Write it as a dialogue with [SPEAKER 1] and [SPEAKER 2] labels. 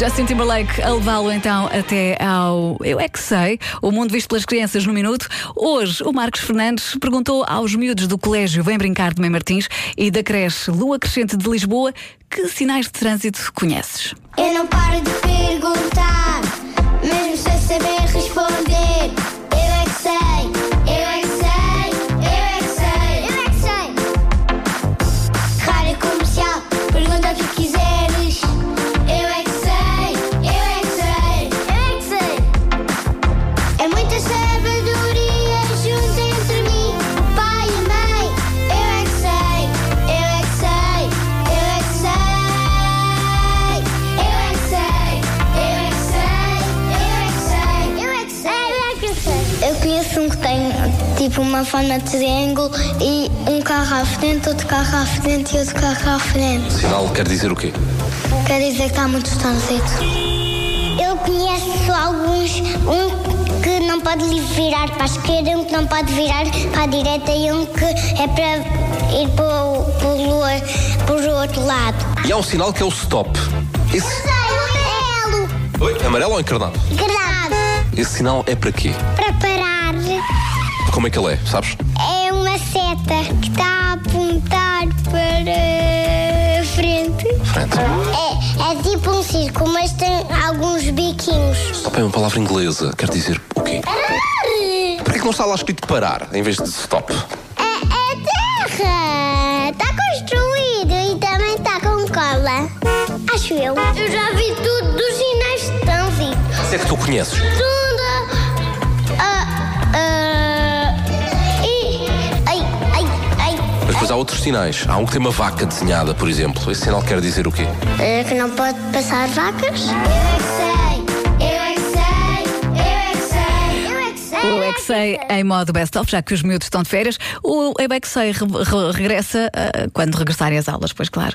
[SPEAKER 1] Justin Timberlake a levá-lo então até ao Eu é que sei, o mundo visto pelas crianças no minuto. Hoje o Marcos Fernandes perguntou aos miúdos do colégio Vem Brincar de Mãe Martins e da creche Lua Crescente de Lisboa que sinais de trânsito conheces.
[SPEAKER 2] Eu não paro de perguntar, mesmo sem saber responder. Eu é que sei, eu é que sei, eu é que sei, eu é que sei. Rádio comercial, pergunta o que quiseres. Eu é que sei, eu é que sei, eu é que sei. É muita sabedoria junto entre mim, o pai e a mãe. Eu é que sei, eu é que sei, eu é que sei. Eu é que sei, eu é que sei, eu é que sei. Eu é que sei, eu é que sei. Eu conheço um que tem tipo uma forma de triângulo e um carro à frente, outro carro à frente e outro carro à frente.
[SPEAKER 3] Sinal quer dizer o quê?
[SPEAKER 2] Quer dizer que está muito trânsito. Eu conheço alguns, um que não pode virar para a esquerda, um que não pode virar para a direita e um que é para ir para o, para o lua- para o outro lado.
[SPEAKER 3] E há um sinal que é o stop. Esse...
[SPEAKER 2] Amarelo!
[SPEAKER 3] Oi? Amarelo ou encarnado?
[SPEAKER 2] Grave!
[SPEAKER 3] Esse sinal é para quê?
[SPEAKER 2] Para parar
[SPEAKER 3] Como é que ele é, sabes?
[SPEAKER 2] é uma seta que está a apontar para a frente.
[SPEAKER 3] Frente.
[SPEAKER 2] É, é tipo um circo, mas tem alguns biquinhos.
[SPEAKER 3] Stop é uma palavra inglesa, quer dizer o quê?
[SPEAKER 2] Parar!
[SPEAKER 3] Porquê que não está lá escrito parar em vez de stop?
[SPEAKER 2] É, é terra! Está construído e também está com cola. Acho eu. Eu já vi tudo dos sinais de trânsito.
[SPEAKER 3] Se é que tu conheces.
[SPEAKER 2] Tudo. Ah, ah, e. Ai, ai, ai.
[SPEAKER 3] Mas depois há outros sinais. Há um que tem uma vaca desenhada, por exemplo. Esse sinal quer dizer o quê?
[SPEAKER 2] É que não pode passar vacas? Eu é que sei, eu é que sei, eu é que sei, eu é que sei.
[SPEAKER 1] O é que sei em modo best-of, já que os miúdos estão de férias. O Eu é que sei re- re- regressa ah, quando regressarem às aulas, pois claro.